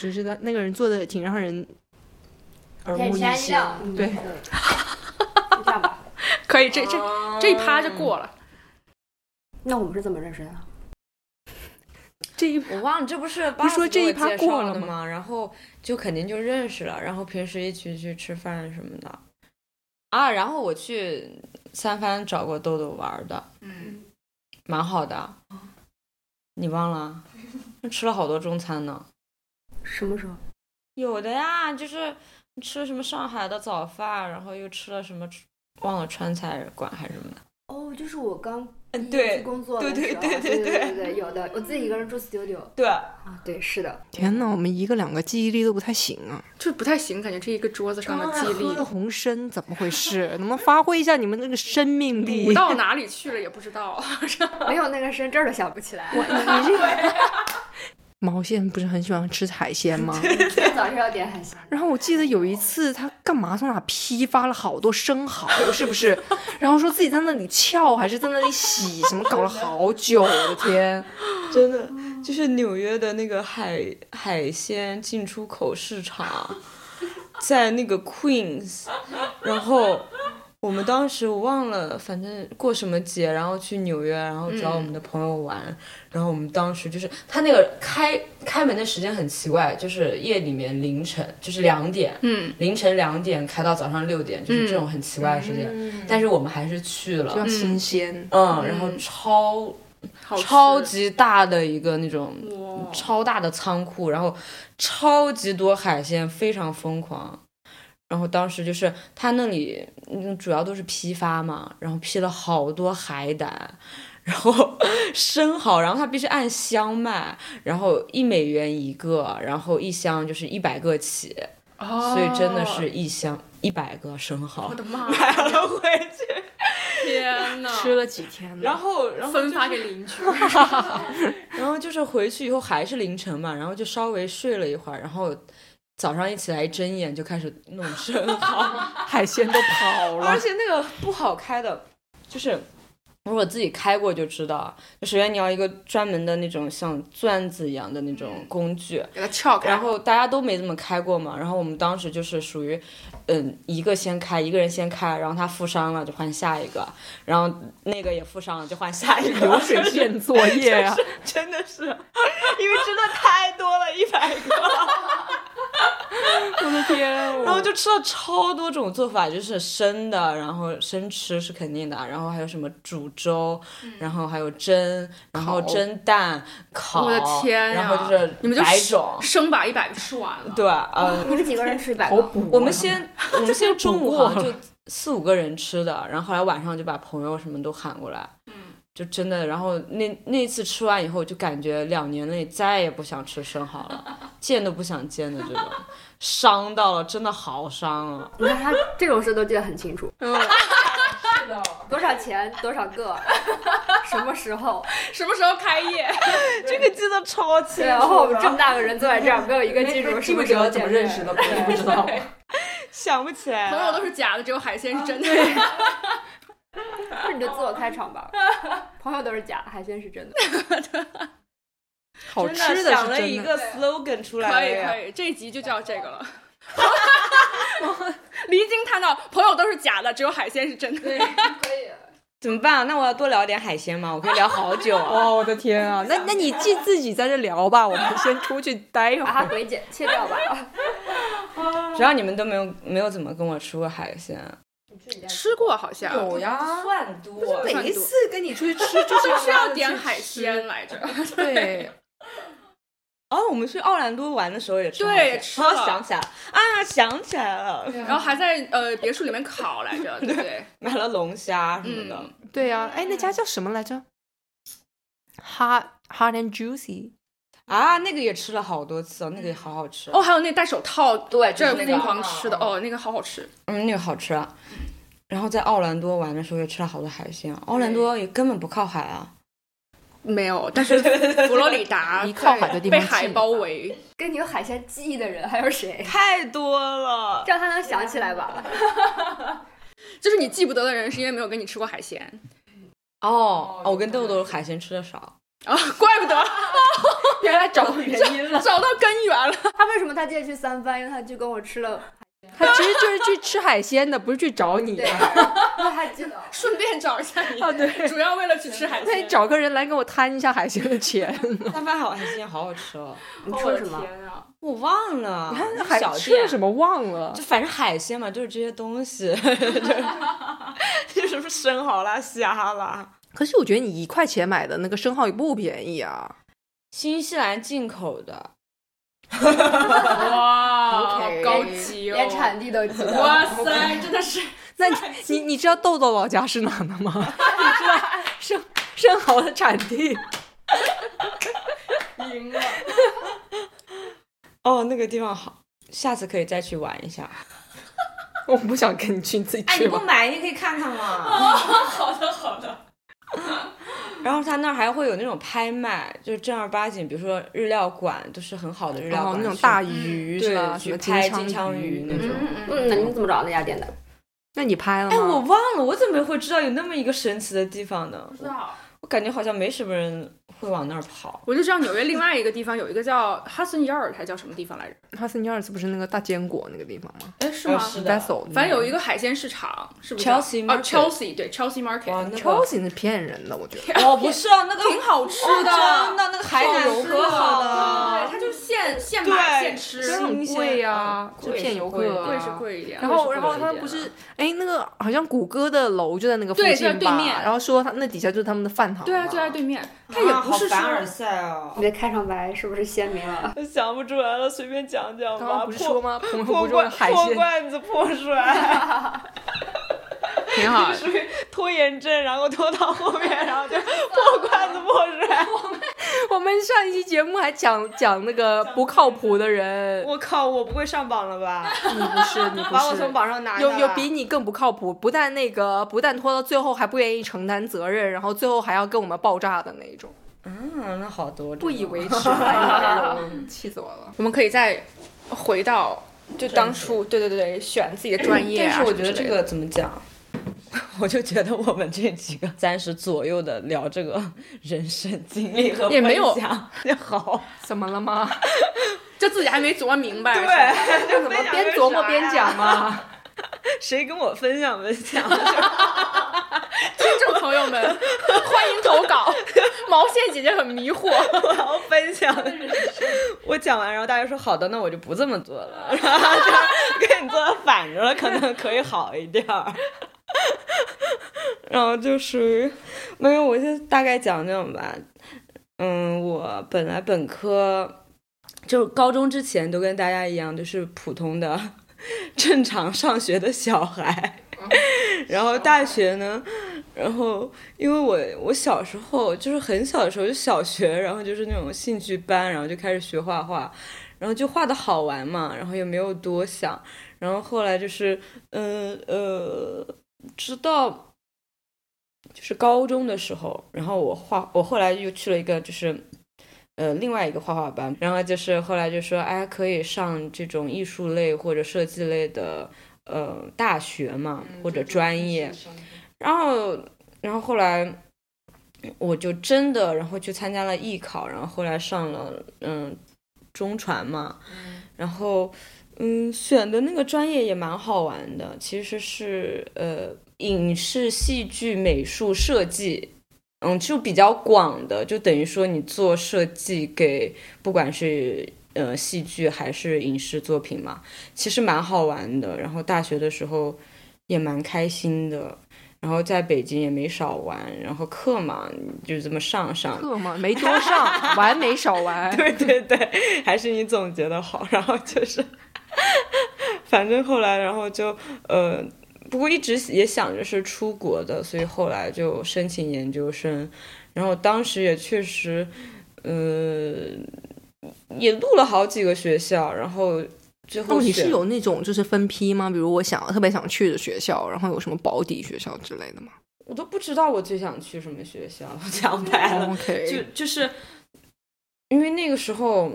Speaker 1: 就是他那个人做的挺让人耳目一
Speaker 3: 前
Speaker 1: 新。 对，
Speaker 3: 这样嗯吧，
Speaker 2: 可以，这这这一趴就过
Speaker 4: 嗯
Speaker 2: 了。
Speaker 3: 那我们是怎么认识的？
Speaker 1: 这一
Speaker 4: 我忘了，这不是
Speaker 1: 不是说这一趴过了
Speaker 4: 的
Speaker 1: 吗
Speaker 4: 吗？然后就肯定就认识了，然后平时一起去吃饭什么的。啊，然后我去三番找过豆豆玩儿的，
Speaker 2: 嗯，
Speaker 4: 蛮好的。你忘了？那吃了好多中餐呢。
Speaker 3: 什么时候？
Speaker 4: 有的呀，就是吃了什么上海的早饭，然后又吃了什么，忘了川菜馆还是什么的。
Speaker 3: 哦，就是我刚
Speaker 4: 嗯，
Speaker 3: 去
Speaker 4: 对
Speaker 3: 工作的
Speaker 4: 对对
Speaker 3: 时候
Speaker 4: 对对
Speaker 3: 对
Speaker 4: 对
Speaker 3: 对对，有的，我自己一个人住 studio
Speaker 4: 对，
Speaker 3: 啊，对，是的，
Speaker 1: 天哪，我们一个两个记忆力都不太行啊！
Speaker 2: 就不太行，感觉这一个桌子上的记忆
Speaker 1: 喝
Speaker 4: 啊
Speaker 2: 力
Speaker 1: 了红参怎么回 事？能不能发挥一下你们那个生命力
Speaker 2: 补？到哪里去了也不知道。
Speaker 3: 没有那个深圳儿都想不起来。我
Speaker 1: 啊 毛线不是很喜欢吃海鲜吗？
Speaker 3: 今天早上要点海鲜，
Speaker 1: 然后我记得有一次他干嘛从哪批发了好多生蚝，是不是？ 然后说自己在那里撬，还是在那里洗，什么搞了好久，我的天！
Speaker 4: 真的就是纽约的那个海海鲜进出口市场，在那个 Queens，然后我们当时我忘了，反正过什么节，然后去纽约，然后找我们的朋友玩，然后我们当时就是他那个开开门的时间很奇怪，就是夜里面凌晨，就是两点，
Speaker 2: 嗯，
Speaker 4: 凌晨两点开到早上六点，就是这种很奇怪的时间，但是我们还是去了，
Speaker 1: 要新鲜，
Speaker 4: 嗯，然后超
Speaker 2: 好吃嗯
Speaker 4: 超级大的一个那种
Speaker 2: 哇
Speaker 4: 超大的仓库，然后超级多海鲜，非常疯狂。然后当时就是他那里嗯主要都是批发嘛，然后批了好多海胆，然后生蚝，然后他必须按箱卖，然后一美元一个，然后一箱就是一百个起，
Speaker 2: 哦
Speaker 4: 所以真的是一箱一百个生蚝
Speaker 2: 我的 妈！
Speaker 4: 买了回去，
Speaker 2: 天呐，
Speaker 1: 吃了几天呢？
Speaker 4: 然后然后
Speaker 2: 分
Speaker 4: 就
Speaker 2: 发给邻居，
Speaker 4: 然后就是回去以后还是凌晨嘛，然后就稍微睡了一会儿，然后早上一起来一睁眼就开始弄生蚝，
Speaker 1: 海鲜都跑了
Speaker 4: 而，且那 个不好开的， 就是。我我自己开过就知道，就首先你要一个专门的那种像钻子一样的那
Speaker 1: 嗯
Speaker 4: 种工具，
Speaker 2: 给它撬开，
Speaker 4: 然后大家都没怎么开过嘛，然后我们当时就是属于，嗯，一个先开，一个人先开，然后他负伤了就换下一个，然后那个也负伤了就换下一个，
Speaker 1: 流 水线作业啊呀、
Speaker 4: 真的是，因为真的太多了，一百个，
Speaker 1: 我的天哦！
Speaker 4: 然后就吃了超多种做法，就是生的，然后生吃是肯定的，然后还有什么煮粥，然后还有蒸，然后
Speaker 2: 烤
Speaker 4: 蒸蛋烤，
Speaker 2: 我的天呀
Speaker 4: 然后就是
Speaker 2: 你们就
Speaker 4: 百种，
Speaker 2: 生把一百个吃完了。
Speaker 4: 对，嗯，
Speaker 3: 你们几个人吃一百
Speaker 1: 好
Speaker 3: 个？
Speaker 1: 补啊。
Speaker 4: 我们先，我们 先中午好像
Speaker 1: 补
Speaker 4: 就四五个人吃的，然后后来晚上就把朋友什么都喊过来，
Speaker 2: 嗯
Speaker 4: 就真的，然后那那次吃完以后，就感觉两年内再也不想吃生蚝了，见都不想见的这种，伤到了，真的好伤啊！
Speaker 3: 你看他这种事都记得很清楚，
Speaker 2: 嗯，
Speaker 3: 多少钱，多少个， 什么时候？
Speaker 2: 什么时候开业？
Speaker 4: 这个记得超清
Speaker 3: 对，然后我们这么大个人坐在这儿，没有一个记住什么时候
Speaker 1: 怎么
Speaker 3: 见
Speaker 1: 认识
Speaker 3: 面。
Speaker 1: 的，不知 道。
Speaker 4: 想不起来
Speaker 2: 朋友都是假的，只有海鲜是真的。
Speaker 3: 不是你就自我开场吧，朋友都是假，海鲜是真的。
Speaker 1: 好吃
Speaker 4: 真
Speaker 1: 是
Speaker 4: 的想
Speaker 1: 真
Speaker 4: 了一
Speaker 1: 的，
Speaker 4: 个 slogan 出来
Speaker 2: 可
Speaker 4: 了
Speaker 2: 以
Speaker 4: 呀
Speaker 2: 可以，这一集就叫这个了。离经叛道，朋友都是假的，只有海鲜是真的。
Speaker 3: 可以。
Speaker 4: 怎么办、那我要多聊点海鲜吗？我可以聊好久 啊！
Speaker 1: 哦，我的天啊！那那你既自己在这聊吧，我们先出去待 一会
Speaker 3: 把
Speaker 1: 儿。
Speaker 3: 它鬼剪切掉吧。
Speaker 4: 主要你们都没有没有怎么跟我吃过海鲜，
Speaker 2: 吃过好像
Speaker 1: 呀，
Speaker 4: 算多
Speaker 2: 每一次
Speaker 1: 跟你出去吃就是
Speaker 2: 需要点海鲜来着。
Speaker 1: 对，
Speaker 4: 哦，我们去奥兰多玩的时候也吃
Speaker 2: 对
Speaker 4: 海鲜
Speaker 2: 吃
Speaker 4: 哦
Speaker 2: 了
Speaker 4: 想起来了啊，想起来了，
Speaker 2: 然后还在呃别墅里面烤来着，对不对？
Speaker 4: 买了龙虾什么的，
Speaker 2: 嗯
Speaker 1: 对呀、哎，那家叫什么来着？Hot Hot and Juicy。
Speaker 4: 啊，那个也吃了好多次哦，那个也好好吃
Speaker 2: 哦，，还有那戴手套，
Speaker 4: 对
Speaker 2: 这
Speaker 4: 就是那个啊
Speaker 2: 疯狂吃的，哦，那个好好吃。
Speaker 4: 嗯，那个好吃啊。然后在奥兰多玩的时候也吃了好多海鲜啊，奥兰多也根本不靠海啊，
Speaker 2: 没有，但是 佛罗里达
Speaker 1: 离靠海的地
Speaker 2: 被
Speaker 1: 方
Speaker 2: 海
Speaker 1: 近
Speaker 2: 包围，
Speaker 3: 跟你有海鲜记忆的人还有谁？
Speaker 4: 太多了。
Speaker 3: 这样他能想起来吧？
Speaker 2: 就是你记不得的人，是因为没有跟你吃过海鲜
Speaker 4: 哦，哦我跟豆豆海鲜吃的少，
Speaker 2: 啊，怪不得
Speaker 3: 原来找到原因了。
Speaker 2: 找到根源了。
Speaker 3: 他为什么他今天去三番？因为他就跟我吃了，
Speaker 1: 他其实就是去吃海鲜的，不是去找你
Speaker 3: 对，
Speaker 1: 的。
Speaker 3: 因为 他记得。
Speaker 2: 顺便找一下你，
Speaker 1: 啊对
Speaker 2: 主要为了去吃海
Speaker 1: 那你
Speaker 2: 鲜。
Speaker 1: 找个人来给我摊一下海鲜的钱。
Speaker 4: 他饭好海鲜好好吃哦，
Speaker 3: 你
Speaker 2: 哦
Speaker 3: 吃了什 么？
Speaker 2: 天啊！
Speaker 4: 我忘了，
Speaker 1: 你看
Speaker 4: 那
Speaker 1: 海
Speaker 4: 小
Speaker 1: 吃
Speaker 4: 店
Speaker 1: 了什么忘了
Speaker 4: 就？反正海鲜嘛，就是这些东 西，就是就是生蚝啦、虾啦。
Speaker 1: 可是我觉得你一块钱买的那个生蚝也不便宜啊。
Speaker 4: 新西兰进口的，
Speaker 2: 哦啊哇
Speaker 1: OK
Speaker 2: 高级哦！
Speaker 3: 连产地都记得。
Speaker 2: 哇塞，真的是
Speaker 1: 那你你你知道豆豆老家是哪的吗？ 你知道生生蚝的产地？
Speaker 2: 赢了。
Speaker 4: 哦，那个地方好，下次可以再去玩一下。
Speaker 1: 我不想跟你去，你自己去吧。
Speaker 4: 买哎你可以看看嘛。
Speaker 2: 好的，好的。
Speaker 4: 然后他那儿还会有那种拍卖，就是正儿八经，比如说日料馆，都是很好的日料
Speaker 1: 然后
Speaker 4: 馆去，
Speaker 1: 那种大鱼是吧？
Speaker 4: 对，
Speaker 1: 什么
Speaker 4: 去拍金
Speaker 1: 金
Speaker 4: 枪
Speaker 1: 鱼
Speaker 4: 那种。
Speaker 3: 嗯，那你怎么找到那家店的？
Speaker 1: 那你拍了吗？
Speaker 4: 哎，我忘了，我怎么会知道有那么一个神奇的地方呢？
Speaker 2: 知道，
Speaker 4: 我感觉好像没什么人会往那儿 跑。
Speaker 2: 我就知道纽约另外一个地方有一个叫哈森雅尔，还叫什么地方来着？
Speaker 1: 哈森尼尔斯不是那个大坚果那个地方吗？
Speaker 2: 哎，是
Speaker 4: 哦
Speaker 2: 吗？
Speaker 4: 是的
Speaker 1: Vessel，
Speaker 2: 反正有一
Speaker 1: 个
Speaker 2: 个海鲜市场，是不是
Speaker 4: Chelsea
Speaker 2: 啊
Speaker 4: Market
Speaker 2: ，Chelsea 对 Chelsea Market，
Speaker 4: 哇，那个
Speaker 1: Chelsea 是骗人的，我觉得。
Speaker 4: 哦，不是啊，那个
Speaker 2: 挺好吃的，
Speaker 4: 哦真的那个海胆
Speaker 2: 好吃的
Speaker 4: 可好了
Speaker 2: 对，它就是现现买
Speaker 4: 对，
Speaker 2: 现吃，
Speaker 1: 哦是
Speaker 4: 很
Speaker 1: 很
Speaker 4: 新
Speaker 1: 贵
Speaker 4: 鲜
Speaker 1: 啊
Speaker 4: 嗯
Speaker 1: 就
Speaker 4: 贵是
Speaker 1: 骗游
Speaker 4: 贵
Speaker 1: 客
Speaker 4: 的
Speaker 2: 贵是贵一点。
Speaker 1: 然
Speaker 4: 会
Speaker 1: 后，
Speaker 4: 是
Speaker 1: 然
Speaker 4: 会
Speaker 1: 后
Speaker 4: 有一
Speaker 1: 他们
Speaker 4: 点
Speaker 1: 不是，哎，那个好像谷歌的楼就在那个附
Speaker 2: 对就在
Speaker 1: 近
Speaker 2: 对
Speaker 1: 吧？
Speaker 2: 面
Speaker 1: 然后说他那底下就是他们的饭堂嘛。
Speaker 2: 对啊，就在对面，它
Speaker 1: 啊
Speaker 2: 有
Speaker 4: 啊
Speaker 1: 不
Speaker 4: 好
Speaker 1: 是
Speaker 4: 凡
Speaker 1: 说
Speaker 4: 尔赛哦
Speaker 3: 你。的开场白是不是鲜明了？
Speaker 4: 想不出来了，随便讲讲
Speaker 1: 刚
Speaker 4: 吧。
Speaker 1: 刚不是说吗？朋友
Speaker 4: 破
Speaker 1: 不重
Speaker 4: 罐
Speaker 1: 要，海
Speaker 4: 破
Speaker 1: 鲜
Speaker 4: 罐子破 摔，
Speaker 2: 挺好的。
Speaker 4: 属于拖延症，然后拖到后面，然后就破罐子破摔。
Speaker 1: 我们上一期节目还讲讲那个不靠谱的人，
Speaker 4: 我靠，我不会上榜了吧？
Speaker 1: 你不是你不
Speaker 4: 把我
Speaker 1: 是
Speaker 4: 从，榜上拿下
Speaker 1: 有
Speaker 4: 来
Speaker 1: 有比你更不靠谱，不但那个不但拖到最后还不愿意承担责任，然后最后还要跟我们爆炸的那一种，
Speaker 4: 嗯，那好多啊
Speaker 1: 不以为耻，哎呦气死我了。
Speaker 2: 我们可以再回到就当初，对对对对，选自己的专业、啊
Speaker 4: 但是我
Speaker 2: 什
Speaker 4: 觉得
Speaker 2: 么之
Speaker 4: 这
Speaker 2: 类
Speaker 4: 个怎么讲？ 我就觉得我们这几个三十左右的聊这个人生经历和
Speaker 2: 也没有
Speaker 4: 分享， 就好
Speaker 1: 怎么了吗？
Speaker 2: 的 就自己还没琢磨明白，是吧，
Speaker 4: 对，就
Speaker 1: 怎么边琢磨边讲啊？
Speaker 4: 谁跟我分享分享？
Speaker 2: 听众朋 友们，欢迎投稿。毛线姐姐很迷惑，
Speaker 4: 我要分享，我讲完，然后大家说好的，那我就不这么做 了，然后就跟你做的反着了，可能可以好一点儿。 然后就属于没有，我就大概讲讲吧。嗯，我本来本科就是高中之前都跟大家一样，就是普通的 正常上学的哦小孩。然后大学呢，然后因为我我小时候就是很小的时候就小学，然后就是那种兴趣班，然后就开始学画画，然后就画的好玩嘛，然后也没有多想，然后后来就是嗯呃直到就是高中的时候，然后我画我后来又去了一个就是。呃，另外一个画画班，然后就是后来就说，哎，可以上这种艺术类或者设计类的呃大学嘛，或者专业。然后然后后来我就真的，然后去参加了艺考，然后后来上了嗯中传嘛，然后嗯选的那个专业也蛮好玩的，其实是呃影视、戏剧、美术、设计。嗯，就比较广的，就等于说你做设计给不管是呃戏剧还是影视作品嘛，其实蛮好玩的。然后大学的时候也蛮开心的，然后在北京也没少玩，然后课嘛就这么上上，
Speaker 1: 课嘛没多上，玩没少玩。
Speaker 4: 对对对，还是你总结的好。然后就是，反正后来，然后就呃，不过一直也想着是出国的，所以后来就申请研究生。然后当时也确实，呃，也录了好几个学校，然后最后
Speaker 1: 哦，你
Speaker 4: 选
Speaker 1: 是有那种就是分批吗？比如我想特别想去的学校，然后有什么保底学校之类的吗
Speaker 4: 我都不知道我最想去什么学校， 我讲白了。就
Speaker 1: ？OK，
Speaker 4: 就是因为那个时候，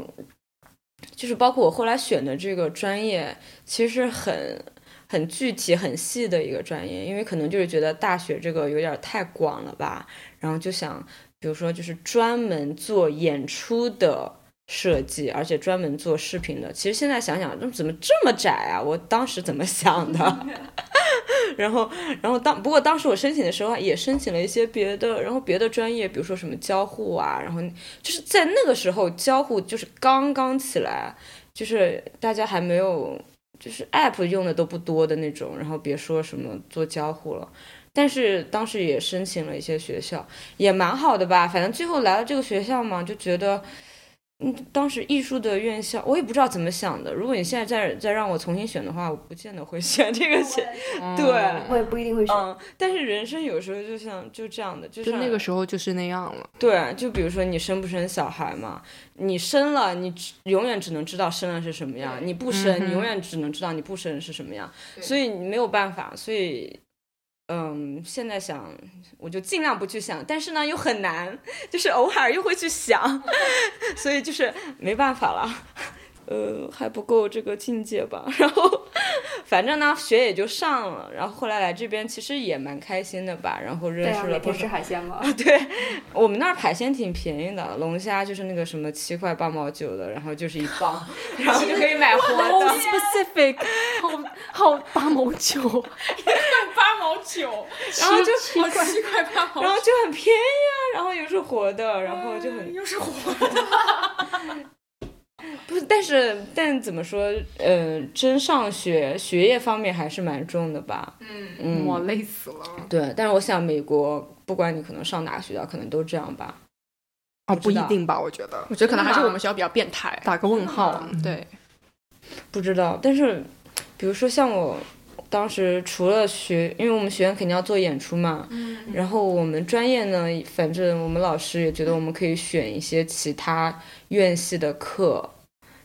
Speaker 4: 就是包括我后来选的这个专业，其实很很具体、很细的一个专业，因为可能就是觉得大学这个有点太广了吧，然后就想，比如说就是专门做演出的。设计，而且专门做视频的。其实现在想想，那怎么这么窄啊？我当时怎么想的？ 然后，然后当不过当时我申请的时候啊也申请了一些别的，然后别的专业，比如说什么交互啊，然后就是在那个时候交互就是刚刚起来，啊就是大家还没有就是 app 用的都不多的那种，然后别说什么做交互了。但是当时也申请了一些学校，也蛮好的吧。反正最后来了这个学校嘛，就觉得，嗯，当时艺术的院校，我也不知道怎么想的。如果你现在再再让我重新选的话，我不见得会选这个学。对，
Speaker 3: 我也不一定会选。
Speaker 4: 嗯，但是人生有时候就像就这样的，就
Speaker 1: 就
Speaker 4: 像
Speaker 1: 那个时候就是那样了。
Speaker 4: 对，就比如说你生不生小孩嘛，你生了，你只永远只能知道生了是什么样；你
Speaker 3: 嗯
Speaker 4: 不生，你永远只能知道你不生是什么样。所以你没有办法，所以。嗯，现在想，我就尽量不去想，但是呢又很难，就是偶尔又会去想， 所以就是没办法了，呃，还不够这个境界吧。然后，反正呢学也就上了，然后后来来这边其实也蛮开心的吧，然后
Speaker 3: 对
Speaker 4: 认
Speaker 3: 啊，
Speaker 4: 识
Speaker 3: 每
Speaker 4: 了不
Speaker 3: 天
Speaker 4: 少
Speaker 3: 吃海鲜吗？
Speaker 4: 对我们那儿海鲜挺便宜的，龙虾就是那个什么七块八毛九的，然后就是一磅，然后就可以买活的。
Speaker 1: specific，好好八毛九，
Speaker 2: 八毛九，
Speaker 4: 然后就
Speaker 2: 好奇怪，八毛
Speaker 4: 然后就很便宜啊，然后又是活的，然后就
Speaker 1: 嗯
Speaker 4: 很
Speaker 2: 又是活的，
Speaker 4: 不是，但是但怎么说，呃，真上学学业方面还是蛮重的吧，
Speaker 2: 嗯，
Speaker 4: 嗯，
Speaker 1: 我累死了。
Speaker 4: 对，但是我想美国不管你可能上哪个学校，可能都这样吧，
Speaker 1: 哦，
Speaker 4: 不
Speaker 1: 不
Speaker 4: 知
Speaker 1: 一
Speaker 4: 道
Speaker 1: 定吧？我觉得
Speaker 2: 我觉得可能还是
Speaker 4: 真的吗
Speaker 2: 我们学校比较变态。
Speaker 1: 打个问号。
Speaker 2: 对，
Speaker 4: 不知道，但是比如说像我当时除了学，因为我们学院肯定要做演出嘛，
Speaker 1: 嗯
Speaker 4: 然后我们专业呢，反正我们老师也觉得我们可以选一些其他院系的课，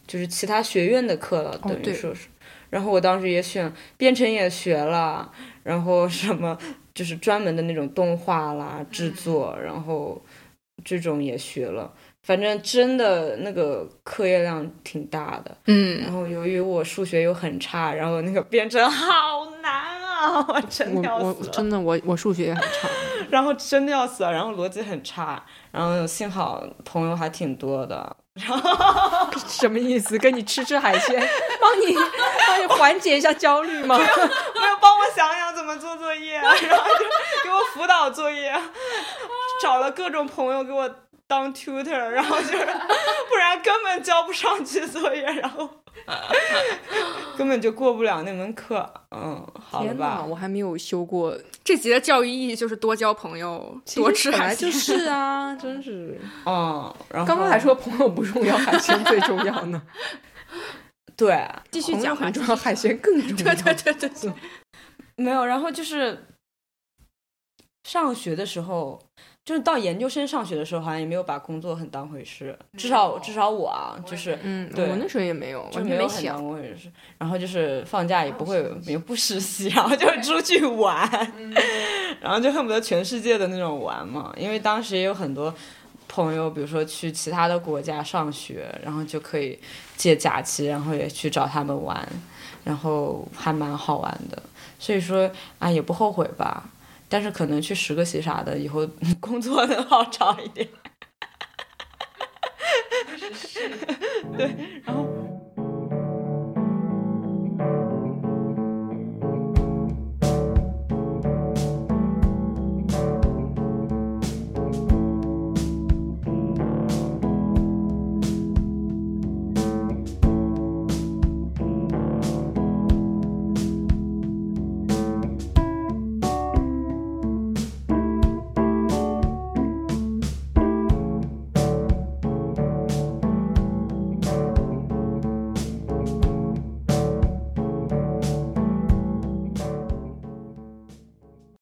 Speaker 4: 就是其他学院的课了，
Speaker 1: 哦
Speaker 4: 等于
Speaker 1: 对
Speaker 4: 说是。然后我当时也选编程也学了，然后什么就是专门的那种动画
Speaker 1: 嗯
Speaker 4: 啦制作，然后这种也学了。反正真的那个课业量挺大的，然
Speaker 2: 嗯，
Speaker 4: 后由于我数学又很差，然后那个编程 好难啊，我真
Speaker 1: 我
Speaker 4: 的要
Speaker 1: 我
Speaker 4: 死了。
Speaker 1: 真的我我数学也很差，
Speaker 4: 然后真的要死了，然后逻辑很差，然后幸好朋友还挺多的，
Speaker 1: 什么意思？跟你吃吃海 鲜，帮你帮你缓解一下焦虑吗？
Speaker 4: 没有帮我想想怎么做作业，啊然后 就给我辅导作业，找了各种朋友给我当 tutor，然后就是 不然根本交不上去作业，然后根本就过不了那门课。嗯，好了
Speaker 1: 天哪，
Speaker 4: 吧，
Speaker 1: 我还没有修过，
Speaker 2: 这集的教育意义就是多交朋友，多吃
Speaker 1: 本
Speaker 2: 海
Speaker 1: 来
Speaker 2: 鲜。
Speaker 1: 就是 啊，真是。
Speaker 4: 嗯，然后
Speaker 1: 刚刚还说朋友不重要，海鲜最重要 呢。
Speaker 4: 对，
Speaker 2: 继续
Speaker 1: 朋友
Speaker 2: 讲吧
Speaker 1: 很，重要，海鲜 更重要。
Speaker 2: 对对对对对，
Speaker 4: 没有，然后就是上学的时候，就是到研究生上学的时候，好像也没有把工作很当回事，至少至少我啊，就是
Speaker 1: 嗯，
Speaker 4: 对
Speaker 1: 我那时候也没有，
Speaker 4: 就
Speaker 1: 完
Speaker 4: 没
Speaker 1: 全
Speaker 4: 有很
Speaker 1: 想哦
Speaker 4: 当。回事。然后就是放假也不会也不实习，然后就是出去玩，
Speaker 1: 嗯
Speaker 4: 然后就恨不得全世界的那种玩嘛，因为当时也有很多。朋友，比如说去其他的国家上学，然后就可以借假期，然后也去找他们玩，然后还蛮好玩的。所以说啊，也不后悔吧。但是可能去实个习啥的，以后 工作能好找一点。对，然后